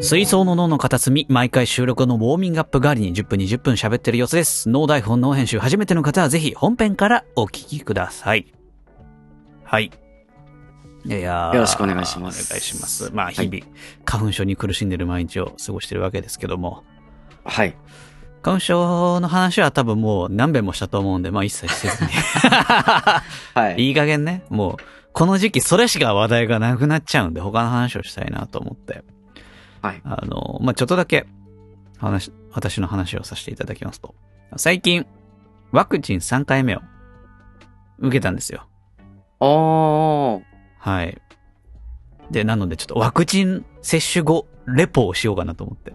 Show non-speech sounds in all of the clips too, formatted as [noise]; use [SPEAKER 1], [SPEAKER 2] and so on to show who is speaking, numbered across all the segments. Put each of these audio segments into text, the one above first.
[SPEAKER 1] 水槽の脳の片隅、毎回収録のウォーミングアップ代わりに10分20分喋ってる様子です。脳台本脳編集初めての方はぜひ本編からお聞きください。はい。いやー
[SPEAKER 2] よろしくお願いします
[SPEAKER 1] お願いします。まあ
[SPEAKER 2] はい
[SPEAKER 1] 日々、花粉症に苦しんでる毎日を過ごしてるわけですけども、
[SPEAKER 2] はい。
[SPEAKER 1] 花粉症の話は多分もう何遍もしたと思うんで、まあ一切せずに。
[SPEAKER 2] はい。
[SPEAKER 1] いい加減ね、もう、この時期それしか話題がなくなっちゃうんで、他の話をしたいなと思って。
[SPEAKER 2] はい。
[SPEAKER 1] あの、まあ、ちょっとだけ、話、私の話をさせていただきますと。最近、ワクチン3回目を受けたんですよ。
[SPEAKER 2] おー。
[SPEAKER 1] はい。で、なのでちょっとワクチン接種後、レポをしようかなと思って。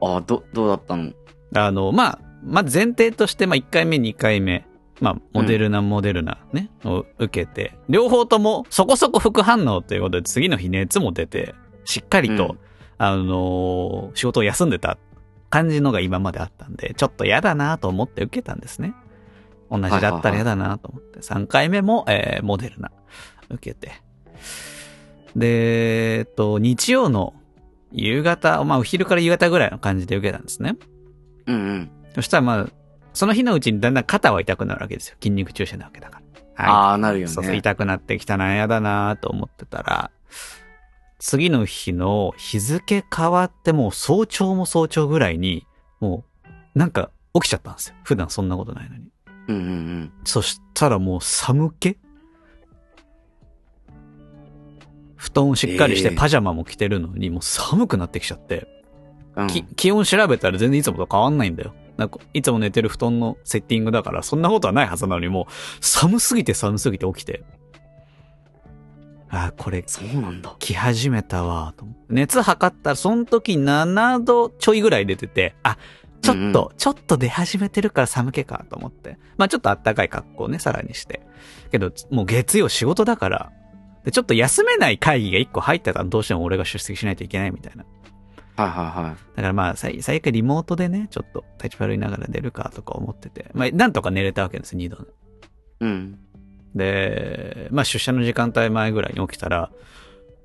[SPEAKER 2] あーど、どうだったの
[SPEAKER 1] あの、まあ、まあ、前提として、まあ、1回目、2回目、まあ、モデルナ、モデルナね、を受けて、両方ともそこそこ副反応ということで、次の日熱も出て、しっかりと、
[SPEAKER 2] うん
[SPEAKER 1] あのー仕事を休んでた感じのが今まであったんで、ちょっと嫌だなと思って受けたんですね。同じだったら嫌だなと思って、3回目も、えーモデルナ受けて。で、えっと、日曜の夕方、まあ、お昼から夕方ぐらいの感じで受けたんですね。
[SPEAKER 2] うんうん。
[SPEAKER 1] そしたらまあ、その日のうちにだんだん肩は痛くなるわけですよ。筋肉注射なわけだから。はい
[SPEAKER 2] ああ、なるよね。
[SPEAKER 1] そうそう、痛くなってきたな、嫌だなと思ってたら、次の日の日付変わってもう早朝も早朝ぐらいに、もう、なんか起きちゃったんですよ。普段そんなことないのに。
[SPEAKER 2] うんうんうん。
[SPEAKER 1] そしたらもう寒気布団をしっかりして
[SPEAKER 2] ええ
[SPEAKER 1] パジャマも着てるのに、もう寒くなってきちゃって。
[SPEAKER 2] うん
[SPEAKER 1] き気温調べたら全然いつもと変わんないんだよ。なんかいつも寝てる布団のセッティングだから、そんなことはないはずなのにもう、寒すぎて寒すぎて起きて。あー、これ、
[SPEAKER 2] そうなんだ。
[SPEAKER 1] 来始めたわ、と思って。熱測ったら、その時7度ちょいぐらい出てて、あ、ちょっと、
[SPEAKER 2] うん
[SPEAKER 1] ちょっと出始めてるから寒気か、と思って。まあちょっとあったかい格好ね、さらにして。けど、もう月曜仕事だから、で、ちょっと休めない会議が1個入ってたらどうしても俺が出席しないといけないみたいな。
[SPEAKER 2] はいはいはい。
[SPEAKER 1] だからまあ、最最悪リモートでね、ちょっと立ち悪いながら出るかとか思ってて、まあ、なんとか寝れたわけです、二度。
[SPEAKER 2] うん。
[SPEAKER 1] で、まあ、出社の時間帯前ぐらいに起きたら、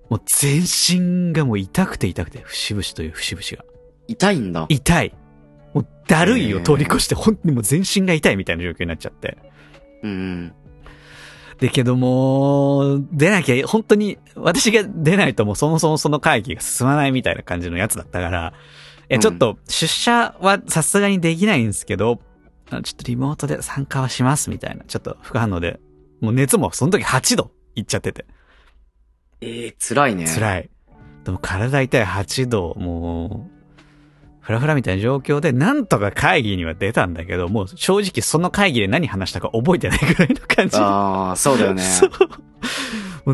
[SPEAKER 1] もう全身がもう痛くて痛くて、節々という節々が。
[SPEAKER 2] 痛いんだ。
[SPEAKER 1] 痛いもうだるいを
[SPEAKER 2] へー
[SPEAKER 1] 通り越して、本当にもう全身が痛いみたいな状況になっちゃって。
[SPEAKER 2] うんうん。
[SPEAKER 1] で、けども、出なきゃ、本当に、私が出ないともうそもそもその会議が進まないみたいな感じのやつだったから、いや、ちょっと、出社はさすがにできないんですけど、あのちょっとリモートで参加はしますみたいな、ちょっと副反応で、もう熱もその時8度いっちゃってて、
[SPEAKER 2] ええ、辛いね。い。
[SPEAKER 1] 辛い。でも体痛い8度、もう、フラフラみたいな状況で、なんとか会議には出たんだけど、もう正直その会議で何話したか覚えてないぐらいの感じ。
[SPEAKER 2] ああ、 [laughs] そうだよね。
[SPEAKER 1] そう。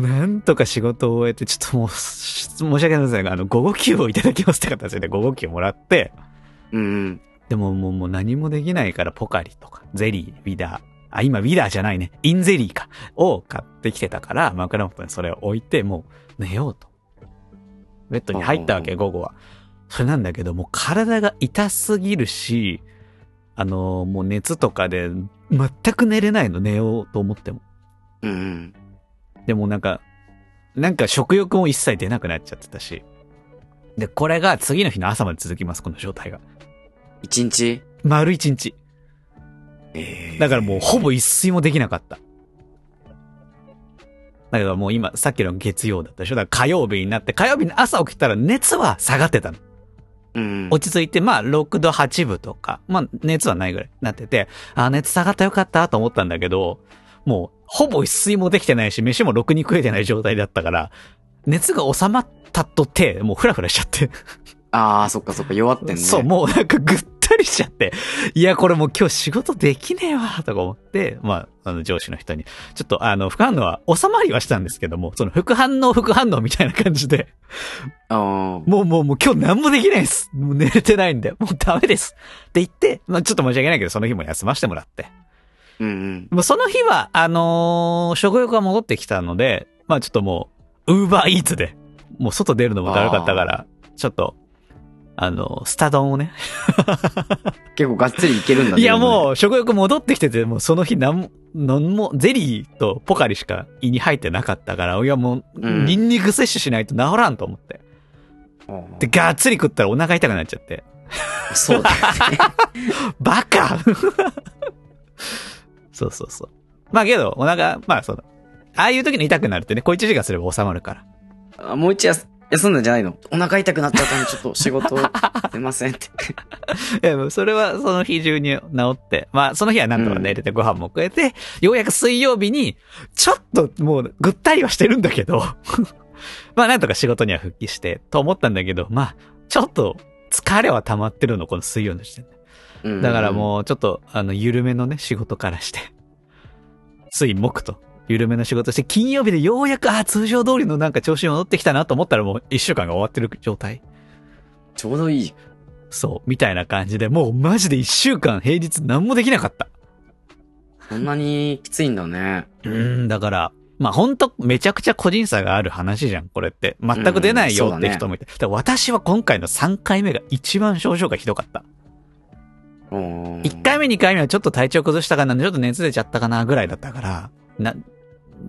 [SPEAKER 1] もうなんとか仕事を終えて、ちょっともう、し申し訳ないですが、あの、午後休をいただきますって形で午後休もらって、
[SPEAKER 2] うんうん。
[SPEAKER 1] でももうもう何もできないからポカリとか、ゼリー、ウィダー。あ、今ウィダーじゃないね。インゼリーか。を買ってきてたから、枕元にそれを置いて、もう寝ようと。ベッドに入ったわけ、
[SPEAKER 2] うん
[SPEAKER 1] 午後は。それなんだけど、もう体が痛すぎるし、あのーもう熱とかで全く寝れないの、寝ようと思っても。
[SPEAKER 2] うんうん。
[SPEAKER 1] でもなんか、なんか食欲も一切出なくなっちゃってたし。で、これが次の日の朝まで続きます、この状態が。
[SPEAKER 2] 一日
[SPEAKER 1] 丸一日。
[SPEAKER 2] ええ。
[SPEAKER 1] だからもうほぼ一睡もできなかった。だからもう今、さっきの月曜だったでしょだから火曜日になって、火曜日の朝起きたら熱は下がってたの。
[SPEAKER 2] うん。
[SPEAKER 1] 落ち着いて、まあ6度8分とか、まあ熱はないぐらいになってて、あー熱下がったよかったと思ったんだけど、もうほぼ一睡もできてないし、飯もろくに食えてない状態だったから、熱が収まったとて、もうフラフラしちゃって。
[SPEAKER 2] ああ、そっかそっか、弱ってんね。
[SPEAKER 1] そう、もうなんかぐったりしちゃって、いや、これもう今日仕事できねえわ、とか思って、まあ、あの、上司の人に、ちょっと、あの、副反応は収まりはしたんですけども、その副反応、副反応みたいな感じで、
[SPEAKER 2] ああ。
[SPEAKER 1] もうもうもう今日何もできないです。もう寝れてないんで、もうダメです。って言って、まあちょっと申し訳ないけど、その日も休ませてもらって。
[SPEAKER 2] うんうん。
[SPEAKER 1] もうその日は、あのー食欲が戻ってきたので、まあちょっともう、ウーバーイーツで、もう外出るのもだるかったから、ちょっと、あの、スタ丼をね。
[SPEAKER 2] 結構がっつりいけるんだね。
[SPEAKER 1] いやも
[SPEAKER 2] う。
[SPEAKER 1] う食欲戻ってきてて、もうその日なんも、なんも、ゼリーとポカリしか胃に入ってなかったから、いやもう、
[SPEAKER 2] うん
[SPEAKER 1] ニンニク摂取しないと治らんと思って。で、がっつり食ったらお腹痛くなっちゃって。
[SPEAKER 2] そうだよね。
[SPEAKER 1] バカそうそうそう。まあけど、お腹、まあその、ああいう時の痛くなるってね、小一時間すれば収まるから。
[SPEAKER 2] あもう一休休んだんじゃないのお腹痛くなっちゃったんで、ちょっと仕事、出ませ
[SPEAKER 1] [laughs]
[SPEAKER 2] んって。
[SPEAKER 1] いや、もうそれはその日中に治って、まあその日はなんとか寝れてご飯も食えて、ようやく水曜日に、ちょっともうぐったりはしてるんだけど、 [laughs] まあなんとか仕事には復帰して、と思ったんだけど、まあ、ちょっと疲れは溜まってるの、この水曜の時点で。
[SPEAKER 2] うん
[SPEAKER 1] だからもうちょっと、あの、緩めのね、仕事からして、水木と。緩めの仕事して、金曜日でようやく、あー通常通りのなんか調子に戻ってきたなと思ったらもう一週間が終わってる状態。
[SPEAKER 2] ちょうどいい。
[SPEAKER 1] そう、みたいな感じで、もうマジで一週間平日何もできなかった。
[SPEAKER 2] そんなにきついんだね。
[SPEAKER 1] うーん、だから、まあ本当めちゃくちゃ個人差がある話じゃん、これって。全く出ないよ
[SPEAKER 2] うん
[SPEAKER 1] って人もいて。だから私は今回の3回目が一番症状がひどかった。
[SPEAKER 2] うん
[SPEAKER 1] 1回目、2回目はちょっと体調崩したかな、ちょっと熱出ちゃったかな、ぐらいだったから、な、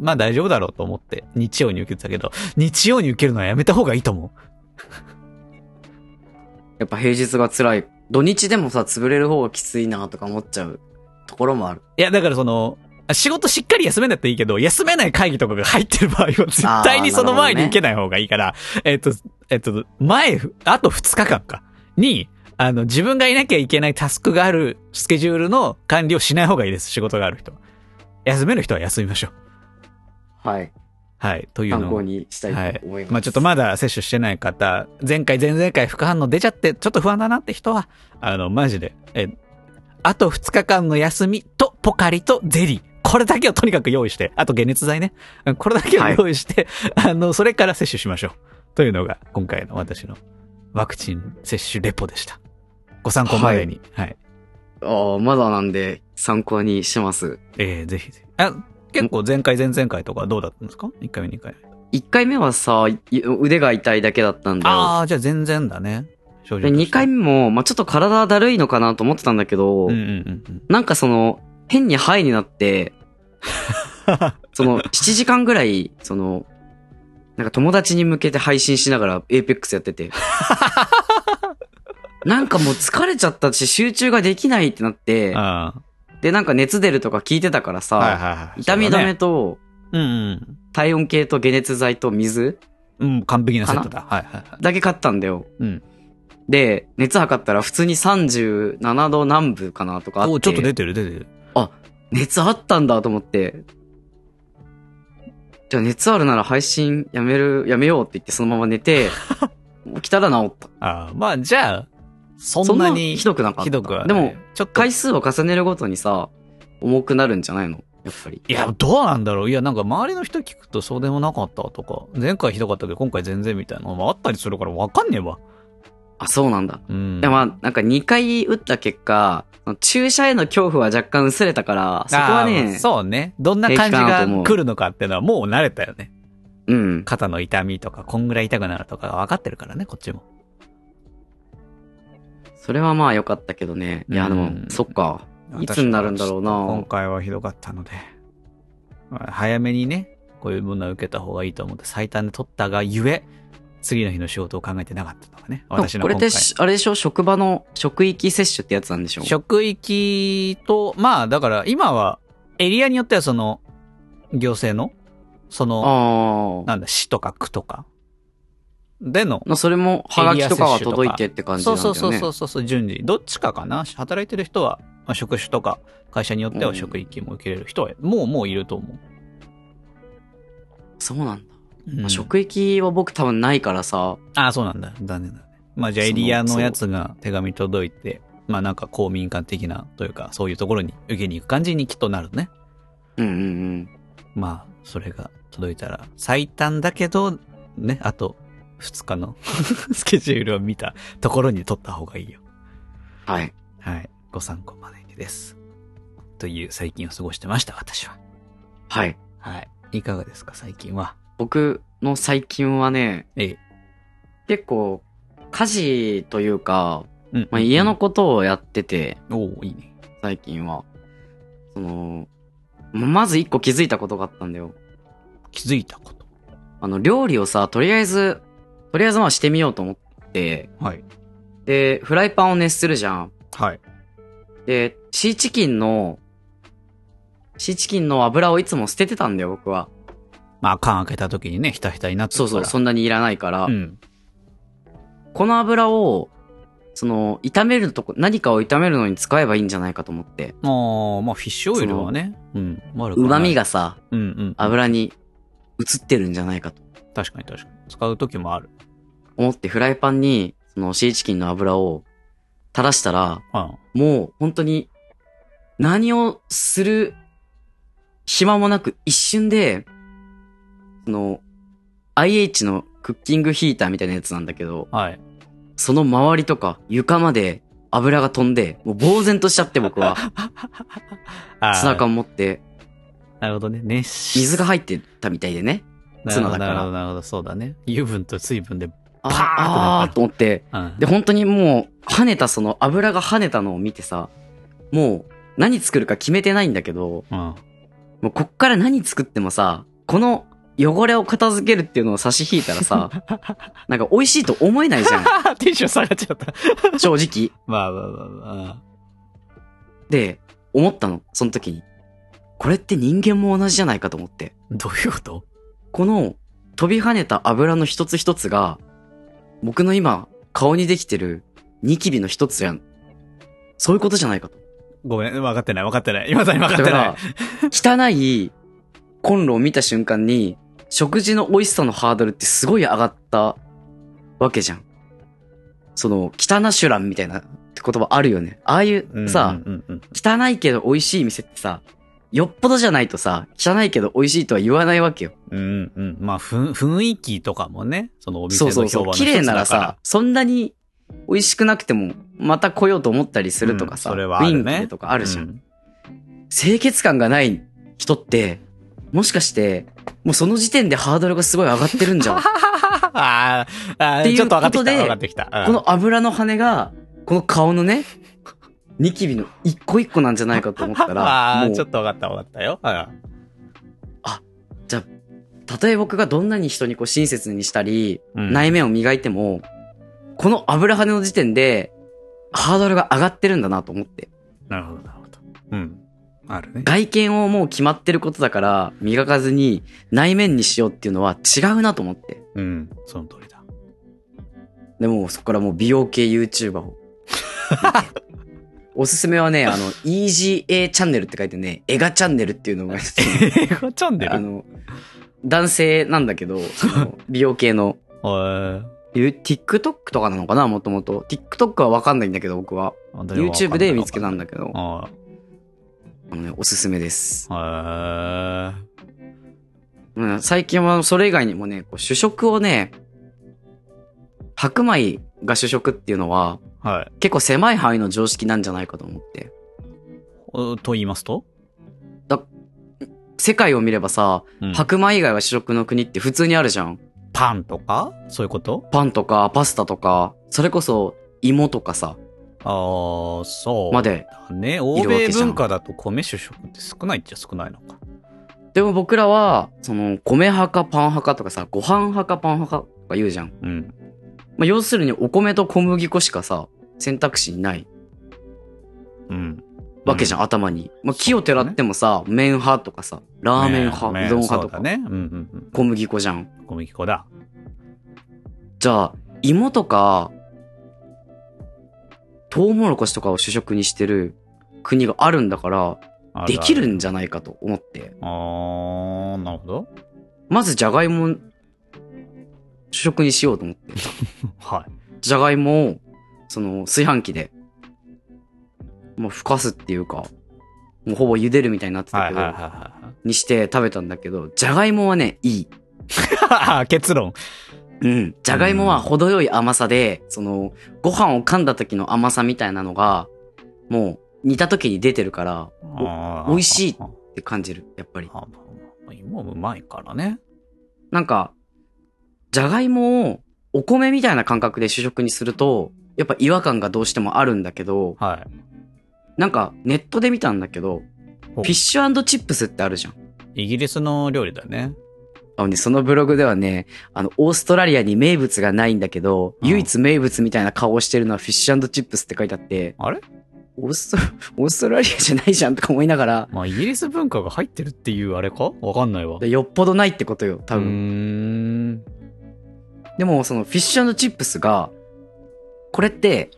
[SPEAKER 1] まあ大丈夫だろうと思って日曜に受けてたけど、日曜に受けるのはやめた方がいいと思う。
[SPEAKER 2] やっぱ平日が辛い。土日でもさ、潰れる方がきついなとか思っちゃうところもある。
[SPEAKER 1] いや、だからその、仕事しっかり休めなくていいけど、休めない会議とかが入ってる場合は絶対にその前に行けない方がいいから、えっと、えっと、前、あと2日間か、に、あの、自分がいなきゃいけないタスクがあるスケジュールの管理をしない方がいいです、仕事がある人は。休める人は休みましょう。
[SPEAKER 2] はい。
[SPEAKER 1] はい、という
[SPEAKER 2] 参
[SPEAKER 1] の
[SPEAKER 2] 考
[SPEAKER 1] を。
[SPEAKER 2] にしたいと思います。
[SPEAKER 1] まあちょっとまだ接種してない方、前回、前々回副反応出ちゃって、ちょっと不安だなって人は、あの、マジで、え、あと2日間の休みと、ポカリとゼリー。これだけをとにかく用意して、あと解熱剤ね。うんこれだけを用意して、あの、それから接種しましょう。というのが、今回の私のワクチン接種レポでした。ご参考までに。はい。
[SPEAKER 2] ああ、まだなんで、参考にします。
[SPEAKER 1] えーぜひぜひ。あ、結構前回、前々回とかどうだったんですか ?1 回目、2回目。
[SPEAKER 2] 1回目はさ、い腕が痛いだけだったんだよ。
[SPEAKER 1] ああ、じゃあ全然だね。症状
[SPEAKER 2] で、
[SPEAKER 1] として
[SPEAKER 2] 2回目も、まあちょっと体だるいのかなと思ってたんだけど、
[SPEAKER 1] うんうんうんうん。
[SPEAKER 2] なんかその、変にハイになって、
[SPEAKER 1] [laughs]
[SPEAKER 2] その、7時間ぐらい、その、なんか友達に向けて配信しながら APEX やっ
[SPEAKER 1] [laughs]
[SPEAKER 2] てて。なんかもう疲れちゃったし、集中ができないってなって、
[SPEAKER 1] あ
[SPEAKER 2] で、なんか熱出るとか聞いてたからさ、
[SPEAKER 1] あ。はいはいはい。
[SPEAKER 2] 痛み止め
[SPEAKER 1] そ
[SPEAKER 2] と、
[SPEAKER 1] うだね。うん
[SPEAKER 2] 体温計と解熱剤と水
[SPEAKER 1] うん。うん、完璧なセットだ。はいはいはい。
[SPEAKER 2] だけ買ったんだよ。
[SPEAKER 1] うん。
[SPEAKER 2] で、熱測ったら普通に37度南部かなとかあって。
[SPEAKER 1] おちょっと出てる出てる。
[SPEAKER 2] 熱あったんだと思って。じゃあ熱あるなら配信やめる、やめようって言ってそのまま寝
[SPEAKER 1] [laughs]
[SPEAKER 2] て、起きたら治った。
[SPEAKER 1] ああ、まあじゃあ、そんなに
[SPEAKER 2] ひどくなかった。
[SPEAKER 1] ひどくは
[SPEAKER 2] で
[SPEAKER 1] ない
[SPEAKER 2] も、、
[SPEAKER 1] ちょっと。
[SPEAKER 2] 回数を重ねるごとにさ、重くなるんじゃないのやっぱり。
[SPEAKER 1] いや、どうなんだろういや、なんか周りの人聞くとそうでもなかったとか、前回ひどかったけど今回全然みたいなのもあったりするからわかんねえわ。
[SPEAKER 2] あ、そうなんだ。
[SPEAKER 1] うん。
[SPEAKER 2] でもまあ、なんか2回打った結果、注射への恐怖は若干薄れたから、そこは
[SPEAKER 1] ああま
[SPEAKER 2] ね
[SPEAKER 1] あ、そうね。どんな感じ
[SPEAKER 2] 平気かなと
[SPEAKER 1] が
[SPEAKER 2] 思う
[SPEAKER 1] 来るのかっていうのはもう慣れたよね。
[SPEAKER 2] うん。
[SPEAKER 1] 肩の痛みとか、こんぐらい痛くなるとかが分かってるからね、こっちも。
[SPEAKER 2] それはまあ良かったけどね。いや、で
[SPEAKER 1] う
[SPEAKER 2] も
[SPEAKER 1] ん、
[SPEAKER 2] そっか。いつになるんだろうな
[SPEAKER 1] 今回はひどかったので、まあ早めにね、こういうものは受けた方がいいと思って最短で取ったがゆえ、次の日の仕事を考えてなかったのがね、私の
[SPEAKER 2] これ
[SPEAKER 1] 今
[SPEAKER 2] っ
[SPEAKER 1] 回
[SPEAKER 2] て、。しあれでしょ職場の職域接種ってやつなんでしょ
[SPEAKER 1] 職域と、まあだから今はエリアによってはその、行政の、その、
[SPEAKER 2] ああ。
[SPEAKER 1] なんだ、市とか区とか、での、
[SPEAKER 2] まあ、それも、はがきとかは届いてって感じなんだ
[SPEAKER 1] そ
[SPEAKER 2] よ
[SPEAKER 1] う
[SPEAKER 2] ね。
[SPEAKER 1] そうそうそうそう、順次。どっちかかな働いてる人は、まあ、職種とか、会社によっては職域も受けれる人は、もうもういると思う。
[SPEAKER 2] そうなんだ。
[SPEAKER 1] うん
[SPEAKER 2] まあ、職域は僕多分ないからさ、
[SPEAKER 1] ああ、そうなんだ。残念だね。まあじゃあエリアのやつが手紙届いて、まあなんか公民館的なというか、そういうところに受けに行く感じにきっとなるね。
[SPEAKER 2] うんうんうん。
[SPEAKER 1] まあ、それが届いたら、最短だけど、ね、あと2日の [laughs] スケジュールを見たところに取った方がいいよ。
[SPEAKER 2] はい。
[SPEAKER 1] はい。ご参考までにです。という最近を過ごしてました、私は。
[SPEAKER 2] はい。
[SPEAKER 1] はい。いかがですか、最近は。
[SPEAKER 2] 僕の最近はね、
[SPEAKER 1] ええ。
[SPEAKER 2] 結構、家事というか、
[SPEAKER 1] うん。
[SPEAKER 2] まあ、家の。ことをやってて、
[SPEAKER 1] おおいいね。
[SPEAKER 2] 最近は。その、ままず一個気づいたことがあったんだよ。
[SPEAKER 1] 気づいたこと。
[SPEAKER 2] あの、料理をさ、とりあえず、とりあえずまあしてみようと思って、
[SPEAKER 1] はい。
[SPEAKER 2] で、フライパンを熱するじゃん。
[SPEAKER 1] はい。
[SPEAKER 2] で、シーチキンの、シーチキンの油をいつも捨ててたんだよ、僕は。
[SPEAKER 1] まあ、缶開けた時にね、ひたひたになって
[SPEAKER 2] そうそう、そ
[SPEAKER 1] うん
[SPEAKER 2] なにいらないから。
[SPEAKER 1] うん。
[SPEAKER 2] この油を、その、炒めるとこ、何かを炒めるのに使えばいいんじゃないかと思って。
[SPEAKER 1] ああ、まあ、フィッシュオイルはね。うん。悪くはない
[SPEAKER 2] 旨味。がさ、
[SPEAKER 1] うんうん。
[SPEAKER 2] 油に移ってるんじゃないかと
[SPEAKER 1] 確かに確かに。使う時もある。
[SPEAKER 2] 思って、フライパンに、その、シーチキンの油を垂らしたら、
[SPEAKER 1] うん。
[SPEAKER 2] もう、本当に、何をする暇もなく一瞬で、その、IH のクッキングヒーターみたいなやつなんだけど、
[SPEAKER 1] はい。
[SPEAKER 2] その周りとか床まで油が飛んで、もう呆然としちゃって
[SPEAKER 1] [laughs]
[SPEAKER 2] 僕は、
[SPEAKER 1] あー
[SPEAKER 2] ツナ缶持って、
[SPEAKER 1] なるほどね。熱し。
[SPEAKER 2] 水が入ってたみたいでね。ツナだから
[SPEAKER 1] なるほど、なるほど、そうだね。油分と水分で、
[SPEAKER 2] あ
[SPEAKER 1] パーンってなる
[SPEAKER 2] あーと思って。
[SPEAKER 1] うん。
[SPEAKER 2] で、本当にもう、跳ねたその油が跳ねたのを見てさ、もう何作るか決めてないんだけど、
[SPEAKER 1] うん。
[SPEAKER 2] もうこっから何作ってもさ、この汚れを片付けるっていうのを差し引いたらさ、なんか美味しいと思えないじゃ
[SPEAKER 1] テンション下がっちゃった。
[SPEAKER 2] ん、正直。
[SPEAKER 1] まあまあまあま
[SPEAKER 2] で、思ったの、その時に。これって人間も同じじゃないかと思って。
[SPEAKER 1] あ。どういうこと
[SPEAKER 2] この飛び跳ねた油の一つ一つが、僕の今顔にできてるニキビの一つやん。そういうことじゃないかと。
[SPEAKER 1] ごめん、分かってない分かってない。 [laughs] 今さに分かっ
[SPEAKER 2] だか
[SPEAKER 1] てない
[SPEAKER 2] ら。、汚いコンロを見た瞬間に、食事の美味しさのハードルってすごい上がったわけじゃん。その、汚シュランみたいなって言葉あるよね。ああいうさ、
[SPEAKER 1] うんうんうん
[SPEAKER 2] 汚いけど美味しい店ってさ、よっぽどじゃないとさ、汚いけど美味しいとは言わないわけよ。
[SPEAKER 1] うんうん。まあ、ふん、雰囲気とかもね、そのお店
[SPEAKER 2] そ
[SPEAKER 1] の
[SPEAKER 2] う
[SPEAKER 1] 評
[SPEAKER 2] そ
[SPEAKER 1] 判
[SPEAKER 2] うそ
[SPEAKER 1] の
[SPEAKER 2] う。
[SPEAKER 1] 一つ
[SPEAKER 2] 綺麗なら
[SPEAKER 1] だから
[SPEAKER 2] さ、、そんなに美味しくなくても、また来ようと思ったりするとかさ、
[SPEAKER 1] うんそれはあ
[SPEAKER 2] 雰
[SPEAKER 1] る
[SPEAKER 2] 囲気
[SPEAKER 1] ね
[SPEAKER 2] でとかあるじゃん,、
[SPEAKER 1] うん
[SPEAKER 2] 清潔感がない人って、もしかして、もうその時点でハードルがすごい上がってるんじ
[SPEAKER 1] [laughs]
[SPEAKER 2] ゃん。
[SPEAKER 1] あーあ
[SPEAKER 2] っ
[SPEAKER 1] ー、
[SPEAKER 2] ていう
[SPEAKER 1] ちょっと分かってきた、
[SPEAKER 2] ことで
[SPEAKER 1] 分かってきた。うん
[SPEAKER 2] こ、の油の羽が、この顔のね、ニキビの一個一個なんじゃないかと思っ
[SPEAKER 1] [laughs]
[SPEAKER 2] た
[SPEAKER 1] あ
[SPEAKER 2] ら、
[SPEAKER 1] あ
[SPEAKER 2] も
[SPEAKER 1] ー、
[SPEAKER 2] う
[SPEAKER 1] ちょっと分かった、分かったよ。うん
[SPEAKER 2] たとえ僕がどんなに人にこう親切にしたり、
[SPEAKER 1] うん
[SPEAKER 2] 内面を磨いても、この油跳ねの時点で、ハードルが上がってるんだなと思って。
[SPEAKER 1] なるほど、なるほど。うん。あるね。
[SPEAKER 2] 外見をもう決まってることだから、磨かずに内面にしようっていうのは違うなと思って。
[SPEAKER 1] うん。その通りだ。
[SPEAKER 2] でもうそこからもう美容系 YouTuber [laughs] を見て。おすすめはね、あの、EGA チャンネルって書いてね、エガチャンネルっていうのが、
[SPEAKER 1] 英語チャンネル
[SPEAKER 2] あの、男性なんだけど、そ [laughs] の美容系の、
[SPEAKER 1] おい
[SPEAKER 2] ゆ TikTok とかなのかな、もともと。TikTok はわかんないんだけど、僕は。
[SPEAKER 1] 私も分かんな
[SPEAKER 2] YouTube
[SPEAKER 1] い
[SPEAKER 2] で見つけたんだけど、
[SPEAKER 1] あ
[SPEAKER 2] あのね、おすすめです。
[SPEAKER 1] あ。へえ。
[SPEAKER 2] うん、最近はそれ以外にもね、こう主食をね、白米が主食っていうのは
[SPEAKER 1] はい。
[SPEAKER 2] 結構狭い範囲の常識なんじゃないかと思って。
[SPEAKER 1] おと言いますと
[SPEAKER 2] 世界を見ればさ、
[SPEAKER 1] うん
[SPEAKER 2] 白米以外は主食の国って普通にあるじゃん。
[SPEAKER 1] パンとかそういうこと
[SPEAKER 2] パンとかパスタとか、それこそ芋とかさ、
[SPEAKER 1] ああ、そう。
[SPEAKER 2] まで。
[SPEAKER 1] だね。欧米文化だと米主食って少ないっちゃ少ないのか。
[SPEAKER 2] でも僕らは、その、米派かパン派かとかさ、ご飯派かパン派かとか言うじゃん。
[SPEAKER 1] うん。
[SPEAKER 2] まあ、要するにお米と小麦粉しかさ、選択肢にない
[SPEAKER 1] うん。
[SPEAKER 2] わけじゃん、頭に。まあ、木をてらってもさ、麺派とかさ、ラーメン派、う
[SPEAKER 1] ね
[SPEAKER 2] どん派と
[SPEAKER 1] そ
[SPEAKER 2] か、
[SPEAKER 1] うだね。うんうん
[SPEAKER 2] 小麦粉じゃん。
[SPEAKER 1] うん。小麦粉だ。
[SPEAKER 2] じゃあ、芋とか、トウモロコシとかを主食にしてる国があるんだから、
[SPEAKER 1] あ
[SPEAKER 2] できる
[SPEAKER 1] あ
[SPEAKER 2] んじゃないかと思って。
[SPEAKER 1] あー、なるほど。 [laughs]
[SPEAKER 2] まずじゃがいも、主食にしようと思って。
[SPEAKER 1] はい。
[SPEAKER 2] じゃがいもを、その、炊飯器で、もうふかすっていうか、もうほぼ茹でるみたいになってた
[SPEAKER 1] は
[SPEAKER 2] け
[SPEAKER 1] いはい
[SPEAKER 2] ど、
[SPEAKER 1] はいはいはい
[SPEAKER 2] にして食べたんだけど、じゃがいもはね、いい。
[SPEAKER 1] あー。結論。
[SPEAKER 2] うん。じゃがいもは程よい甘さで、その、ご飯を噛んだ時の甘さみたいなのが、もう、煮た時に出てるから、
[SPEAKER 1] あー
[SPEAKER 2] 美味しい
[SPEAKER 1] あー
[SPEAKER 2] って感じる、やっぱり。
[SPEAKER 1] あーまあまあまあ芋うまいからね。
[SPEAKER 2] なんか、じゃがいもを、お米みたいな感覚で主食にすると、やっぱ違和感がどうしてもあるんだけど、
[SPEAKER 1] はい。
[SPEAKER 2] なんかネットで見たんだけど、フ
[SPEAKER 1] ほう
[SPEAKER 2] ィッシュチップスってあるじゃん。
[SPEAKER 1] イギリスの料理だよね。
[SPEAKER 2] あのね、そのブログではね、あの、オーストラリアに名物がないんだけど、
[SPEAKER 1] うん
[SPEAKER 2] 唯一名物みたいな顔をしてるのはフィッシュチップスって書いてあって、
[SPEAKER 1] あれ
[SPEAKER 2] オースト、オーストラリ [laughs] アじゃないじゃんとか思いながら、
[SPEAKER 1] まあ、イギリス文化が入ってるっていうあれかわかんないわ。
[SPEAKER 2] でよっぽどないってことよ、多
[SPEAKER 1] 分。
[SPEAKER 2] 分。でも、そのフィッシュチップスが、これって、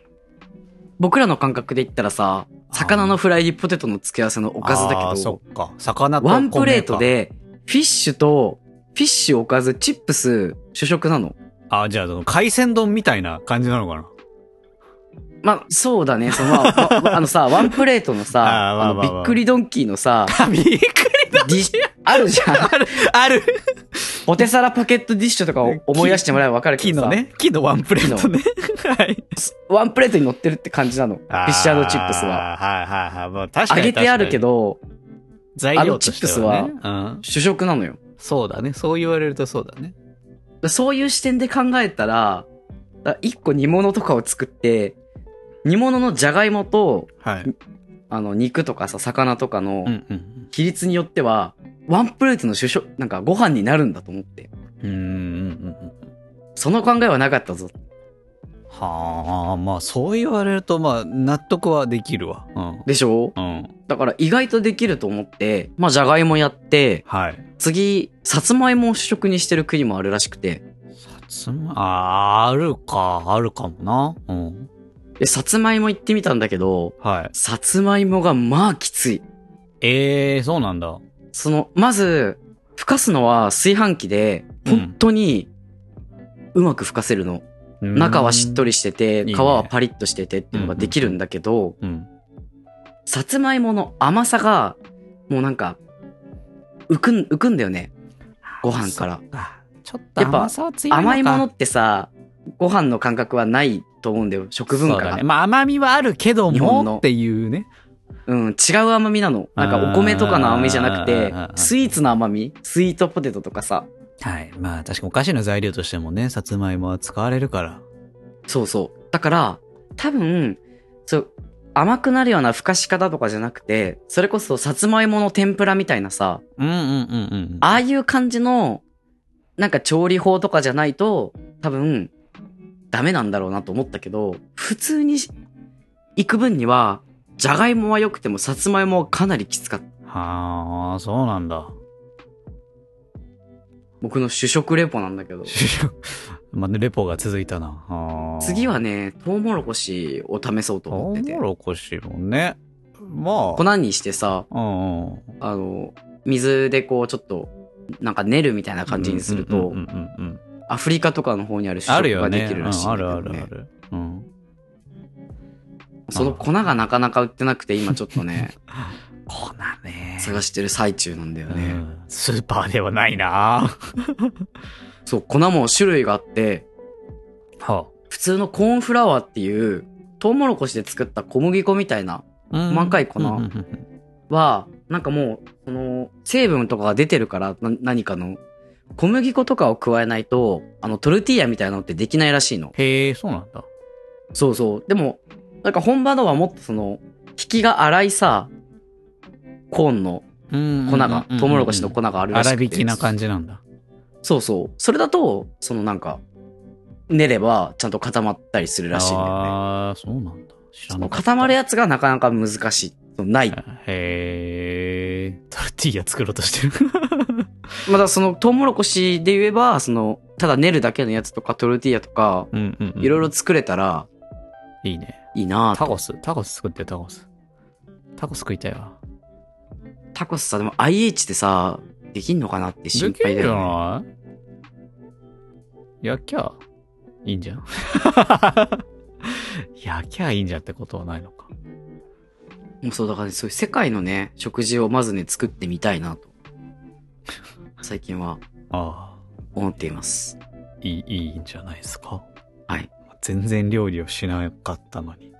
[SPEAKER 2] 僕らの感覚で言ったらさ、魚のフライにポテトの付け合わせのお
[SPEAKER 1] お
[SPEAKER 2] かずだけど
[SPEAKER 1] そ、っか。魚と米か
[SPEAKER 2] ワンプレート。で、フィッシュと、フィッシュおかず、チップス、主食なの。
[SPEAKER 1] あ、じゃあ、その海鮮丼みたいな感じなのかな
[SPEAKER 2] まあ、そうだね。その、まあまあ、あ
[SPEAKER 1] [laughs]
[SPEAKER 2] のさ、ワンプレートのさ、
[SPEAKER 1] あーま
[SPEAKER 2] あ
[SPEAKER 1] あ
[SPEAKER 2] の、
[SPEAKER 1] まあ
[SPEAKER 2] び
[SPEAKER 1] まあ
[SPEAKER 2] っくりドンキーのさ、
[SPEAKER 1] あ、びっくり
[SPEAKER 2] ディッシュ、あるじゃん。
[SPEAKER 1] ある、ある。
[SPEAKER 2] ポテサラパケットディッシュと
[SPEAKER 1] [laughs]
[SPEAKER 2] かを思い出してもらえばわかるけ
[SPEAKER 1] 木
[SPEAKER 2] どさ、
[SPEAKER 1] のね、木のワンプレートね。はい。
[SPEAKER 2] ワンプレートに乗ってるって感じなの。フィッシュチップスは。
[SPEAKER 1] あー。はいはいはい。まあ、確か
[SPEAKER 2] 揚
[SPEAKER 1] に。
[SPEAKER 2] げてあるけ
[SPEAKER 1] ど。
[SPEAKER 2] ど、
[SPEAKER 1] 材料としては、ね。
[SPEAKER 2] あのチッ
[SPEAKER 1] うん。
[SPEAKER 2] 主食なのよ。
[SPEAKER 1] そうだね。そう言われるとそうだね。
[SPEAKER 2] そういう視点で考えたら、だから一個煮物とかを作って、煮物のじゃがいもと、
[SPEAKER 1] はい。
[SPEAKER 2] あの、肉とかさ、魚とかの
[SPEAKER 1] うんうん。
[SPEAKER 2] 比率によっては、ワンプレートの主食、なんかご飯になるんだと思って。
[SPEAKER 1] うんうんうんうん。
[SPEAKER 2] その考えはなかったぞ。
[SPEAKER 1] はあ、まあそう言われると、まあ納得はできるわ。う
[SPEAKER 2] でしょ
[SPEAKER 1] ん。うん。
[SPEAKER 2] だから意外とできると思って、まあ、じゃがいもやって、
[SPEAKER 1] はい。
[SPEAKER 2] 次、さつまいもを主食にしてる国もあるらしくて、
[SPEAKER 1] さつま、あー、あるか、あるかもな。うん。
[SPEAKER 2] で、さつまいも行ってみたんだけど、
[SPEAKER 1] はい。
[SPEAKER 2] さつまいもがまあきつい。
[SPEAKER 1] ええー、そうなんだ。
[SPEAKER 2] その、まず、ふかすのは炊飯器で、
[SPEAKER 1] うん
[SPEAKER 2] 本当に、うまくふかせるの。中はしっと
[SPEAKER 1] り。
[SPEAKER 2] りしてて、
[SPEAKER 1] いね
[SPEAKER 2] 皮はパリッとしててっていうのができるんだけど、
[SPEAKER 1] うん。
[SPEAKER 2] さつまいもの甘さが、もうなんか、浮くん、浮くんだよね。ご飯から。
[SPEAKER 1] あ、ちょっと甘さは強いのか
[SPEAKER 2] 甘いものってさ、ご飯の感覚はないと思うんだよ。食文化
[SPEAKER 1] そう
[SPEAKER 2] が。
[SPEAKER 1] だね。まあ甘みはあるけど
[SPEAKER 2] 日本の
[SPEAKER 1] もっていうね。
[SPEAKER 2] うん、違う甘みなの。なんかお米とかの甘みじゃなく
[SPEAKER 1] あ
[SPEAKER 2] て
[SPEAKER 1] ーあーあーあ、ー
[SPEAKER 2] スイーツの甘みスイートポテトとかさ。
[SPEAKER 1] はい。まあ確かにお菓子の材料としてもね、さつまいもは使われるから。
[SPEAKER 2] そうそう。だから、多分、そう、甘くなるようなふかし方とかじゃなくて、それこそさつまいもの天ぷらみたいなさ、
[SPEAKER 1] うんうんうんうん。
[SPEAKER 2] ああいう感じの、なんか調理法とかじゃないと、多分、ダメなんだろうなと思ったけど、普通にし行く分には、じゃがいもは良くても、さつまいもはかなりきつかった。
[SPEAKER 1] はあ、そうなんだ。
[SPEAKER 2] 僕の主食レポなんだけど。
[SPEAKER 1] [laughs] まあ、レポが続いたな。あー
[SPEAKER 2] 次はね、トウモロコシを試そうと
[SPEAKER 1] ト
[SPEAKER 2] 思
[SPEAKER 1] ウ
[SPEAKER 2] ってて
[SPEAKER 1] モ。ロコシもね。まあ。
[SPEAKER 2] 粉にしてさ、
[SPEAKER 1] うんうん。
[SPEAKER 2] あの、水でこうちょっと、なんか練るみたいな感じにする
[SPEAKER 1] う
[SPEAKER 2] と
[SPEAKER 1] んう、んうんうんうん
[SPEAKER 2] アフリカとかの方にある主
[SPEAKER 1] ある
[SPEAKER 2] 食
[SPEAKER 1] よ
[SPEAKER 2] が
[SPEAKER 1] ね。
[SPEAKER 2] できるらしいん
[SPEAKER 1] うん
[SPEAKER 2] だ
[SPEAKER 1] あるあ
[SPEAKER 2] けど
[SPEAKER 1] るあ
[SPEAKER 2] ね。
[SPEAKER 1] る。うん。
[SPEAKER 2] その粉がなかなか売ってなくて、今ちょっとね、 [laughs]
[SPEAKER 1] 粉ね。
[SPEAKER 2] 探してる最中なんだよ
[SPEAKER 1] う
[SPEAKER 2] ね。
[SPEAKER 1] んスーパーではない
[SPEAKER 2] [laughs]
[SPEAKER 1] な。
[SPEAKER 2] そう、粉も種類があって、
[SPEAKER 1] は
[SPEAKER 2] 普通のコーンフラワーっていう、トウモロコシで作った小麦粉みたいな
[SPEAKER 1] あ。うん
[SPEAKER 2] 細かい粉
[SPEAKER 1] うんうんうん
[SPEAKER 2] は、なんかもう、その、成分とかが出てるから、な何かの。小麦粉とかを加えないと、あの、トルティーヤみたいなのってできないらしいの。
[SPEAKER 1] へえ、そうなんだ。
[SPEAKER 2] そうそう。でも、なんか本場のはもっとその、引きが粗いさ、コーンの
[SPEAKER 1] うん
[SPEAKER 2] 粉が、トウモロコシの粉があるらしく
[SPEAKER 1] 粗
[SPEAKER 2] て。
[SPEAKER 1] 挽きな感じなんだ。
[SPEAKER 2] そうそう。それだと、そのなんか、練ればちゃんと固まったりするらしいんだよね。
[SPEAKER 1] ああ、そうなんだ。知ら
[SPEAKER 2] そ
[SPEAKER 1] な
[SPEAKER 2] の
[SPEAKER 1] かった
[SPEAKER 2] 固まるやつがなかなか難しい。そのない。
[SPEAKER 1] へえ、トルティーヤ作ろうと
[SPEAKER 2] [laughs]
[SPEAKER 1] してる。
[SPEAKER 2] まだそのトウモロコシで言えば、その、ただ練るだけのやつとかトルティーヤとか、
[SPEAKER 1] [laughs] うんうんうん
[SPEAKER 2] いろいろ作れたら
[SPEAKER 1] いいね。
[SPEAKER 2] いいなぁ
[SPEAKER 1] タ
[SPEAKER 2] と
[SPEAKER 1] コス、タコス作ってよタコス。タコス食いたいわ。
[SPEAKER 2] タコスさ、でも IH でさ、できんのかなって
[SPEAKER 1] で
[SPEAKER 2] 心
[SPEAKER 1] きる
[SPEAKER 2] 配
[SPEAKER 1] んじ
[SPEAKER 2] だ
[SPEAKER 1] ゃ
[SPEAKER 2] よね。
[SPEAKER 1] ないやっきゃ、いいんじゃん。 [laughs] やっきゃいいんじゃんってことはないのか。
[SPEAKER 2] もうそうだから、ね、そういう世界のね、食事をまずね、作ってみたいなと。最近は
[SPEAKER 1] あ
[SPEAKER 2] 思って
[SPEAKER 1] [laughs]
[SPEAKER 2] います。
[SPEAKER 1] あ、いい、いいんじゃないですか。
[SPEAKER 2] はい。
[SPEAKER 1] 全然料理をしなかったのに。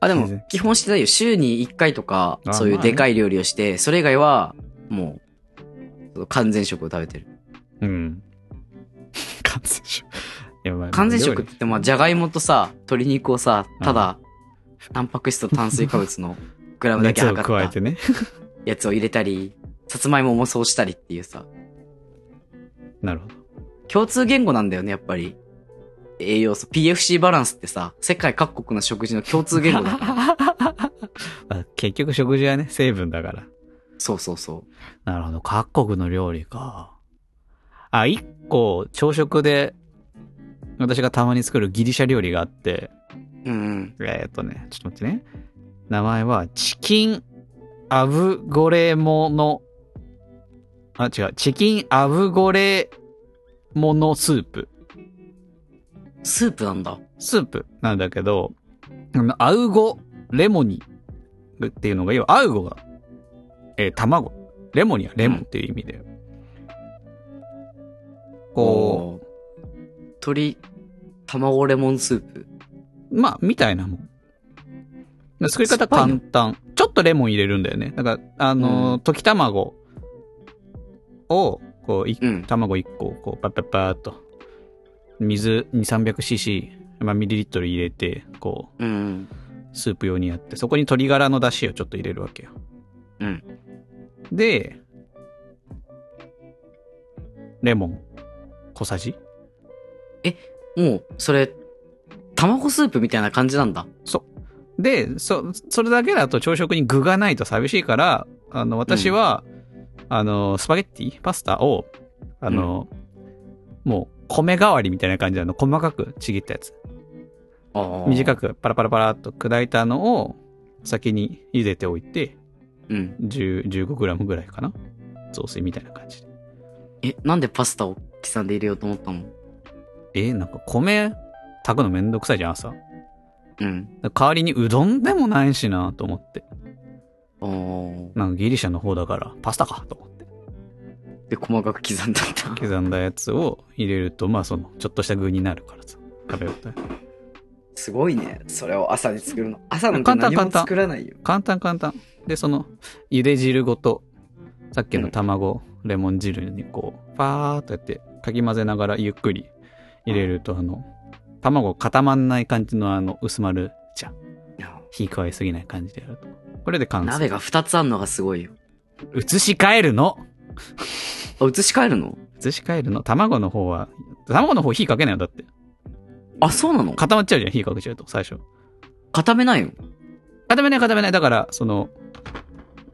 [SPEAKER 2] あ、でも
[SPEAKER 1] 全然、
[SPEAKER 2] 基本してないよ。週に1回とか、
[SPEAKER 1] あ
[SPEAKER 2] そういう
[SPEAKER 1] まあね
[SPEAKER 2] でかい料理をして、それ以外は、も
[SPEAKER 1] [laughs]
[SPEAKER 2] う、完全食を食べてる。
[SPEAKER 1] うん。感染症。やまあ
[SPEAKER 2] 完全食って
[SPEAKER 1] 料
[SPEAKER 2] 言っても、じゃがいもとさ、鶏肉をさ、ただ、タンパク質と炭水化物のグラ
[SPEAKER 1] 理
[SPEAKER 2] ムだけ
[SPEAKER 1] 熱を
[SPEAKER 2] 測
[SPEAKER 1] 加え
[SPEAKER 2] ってた
[SPEAKER 1] ね。
[SPEAKER 2] やつを入れたり、さつまいももそうしたりっていうさ、
[SPEAKER 1] なるほど。
[SPEAKER 2] 共通言語なんだよね、やっぱり。栄養素。PFC バランスってさ、世界各国の食事の共通言語
[SPEAKER 1] [laughs]
[SPEAKER 2] だ [laughs] から。
[SPEAKER 1] まあ結局食事はね、成分だから。
[SPEAKER 2] そうそうそう。
[SPEAKER 1] なるほど。各国の料理か。あ、一個、朝食で、私がたまに作るギリシャ料理があって、
[SPEAKER 2] うんうん。
[SPEAKER 1] えーっとね、ちょっと待ってね。名前は、チキン、アブゴレモノ、あ、違う、チキン、アブゴレモノスープ。
[SPEAKER 2] スープなんだ。
[SPEAKER 1] スープなんだけど、あのアウゴ、レモニっていうのが、要はアウゴが、えー卵。レモニはレモンっていう意味で。こ
[SPEAKER 2] おー鶏、卵レモンスープ。
[SPEAKER 1] う、まあ、みたいなもん。作り方簡単。ちょっとレモン入れるんだよね。だから、あのー、
[SPEAKER 2] うん
[SPEAKER 1] 溶き卵を、こう、い
[SPEAKER 2] うん。
[SPEAKER 1] 卵1個をこうパッパッパーっと水 2300cc、まあ、ミリリットル入れてこう
[SPEAKER 2] うんうん。
[SPEAKER 1] スープ用にやってそこに鶏ガラの出汁をちょっと入れるわけよ
[SPEAKER 2] うん
[SPEAKER 1] でレモン小さじ
[SPEAKER 2] もう、それ、卵スープみたいな感じなんだ。
[SPEAKER 1] そうでそそれだけだと朝食に具がないと寂しいからあの私は、あのスパゲッティパスタをあの、もう米代わりみたいな感じであの細かくちぎったやつ短
[SPEAKER 2] く。
[SPEAKER 1] くパラパラパラっと砕いたのを先に茹でておいて
[SPEAKER 2] うん。
[SPEAKER 1] 10 15g ぐらいかな雑炊みたいな感じで
[SPEAKER 2] え、なんでパスタを刻んで入れようと思ったの
[SPEAKER 1] えーなんか米炊くのめんどくさいじゃん朝
[SPEAKER 2] うん。
[SPEAKER 1] 代わりにうどんでもないしなと思って
[SPEAKER 2] お
[SPEAKER 1] なんかギリシャの方だからパスタかと思って
[SPEAKER 2] ーで、細かく刻んだんだ。
[SPEAKER 1] 刻んだやつを入れるとまあそのちょっとした具になるからさ食べようと
[SPEAKER 2] すごいね。それを朝に作るの。朝なんて
[SPEAKER 1] 簡単
[SPEAKER 2] 何も
[SPEAKER 1] 簡単
[SPEAKER 2] 作らないよ。
[SPEAKER 1] 簡単簡単でその茹で汁ごとさっきの卵、レモン汁にこうファーっとやってかき混ぜながらゆっくり入れるとあの卵固まんない感じのあの薄まるじゃん火加えすぎない感じでやるとこれで完成
[SPEAKER 2] 鍋が2つあんのがすごいよ。
[SPEAKER 1] 移し替えるの
[SPEAKER 2] あ、移し替えるの
[SPEAKER 1] 移し替えるの卵の方は卵の方火かけないよだって
[SPEAKER 2] あ、そうなの
[SPEAKER 1] 固まっちゃうじゃん火かけちゃうと最初
[SPEAKER 2] 固めないの
[SPEAKER 1] 固めない固めないだからその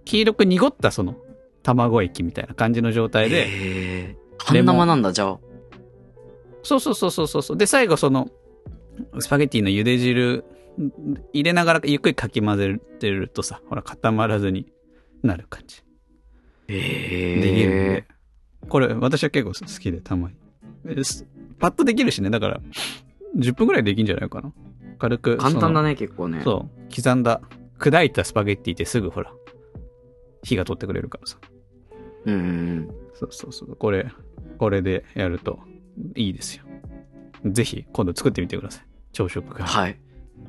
[SPEAKER 1] 黄色く濁ったその卵液みたいな感じの状態で、
[SPEAKER 2] へー
[SPEAKER 1] レ
[SPEAKER 2] 半
[SPEAKER 1] モン
[SPEAKER 2] 生なんだ、じゃあ。
[SPEAKER 1] そうそうそうそうそうそう。で、最後その、スパゲティの茹で汁入れながらゆっくりかき混ぜてるとさ、ほら固まらずになる感じ。
[SPEAKER 2] へ
[SPEAKER 1] できるんで。これ私は結構好きでたまに。ですパッとできるしね、だから10分ぐらいできんじゃないかな。軽く。
[SPEAKER 2] 簡単だ
[SPEAKER 1] ね。
[SPEAKER 2] ね、結構ね。
[SPEAKER 1] そう。刻んだ、砕いたスパゲッティってすぐほら、火が通ってくれるからさ。
[SPEAKER 2] うんうん
[SPEAKER 1] そうそうそう。これ、これでやるといいですよ。ぜひ今度作ってみてください。朝食
[SPEAKER 2] うん。
[SPEAKER 1] が。
[SPEAKER 2] はい。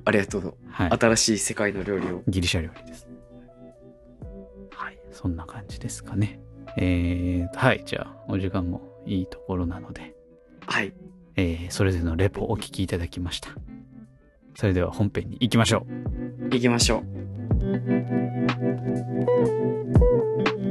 [SPEAKER 2] ありがとう。
[SPEAKER 1] はい。
[SPEAKER 2] 新しい世界の料理を。
[SPEAKER 1] ギリシャ料理です。はい。そんな感じですかね。えーと、はい。じゃあ、お時間もいいところなので、
[SPEAKER 2] はい。
[SPEAKER 1] えー、それぞれのレポをお聞きいただきました。それでは本編に行きましょう。
[SPEAKER 2] 行きましょう。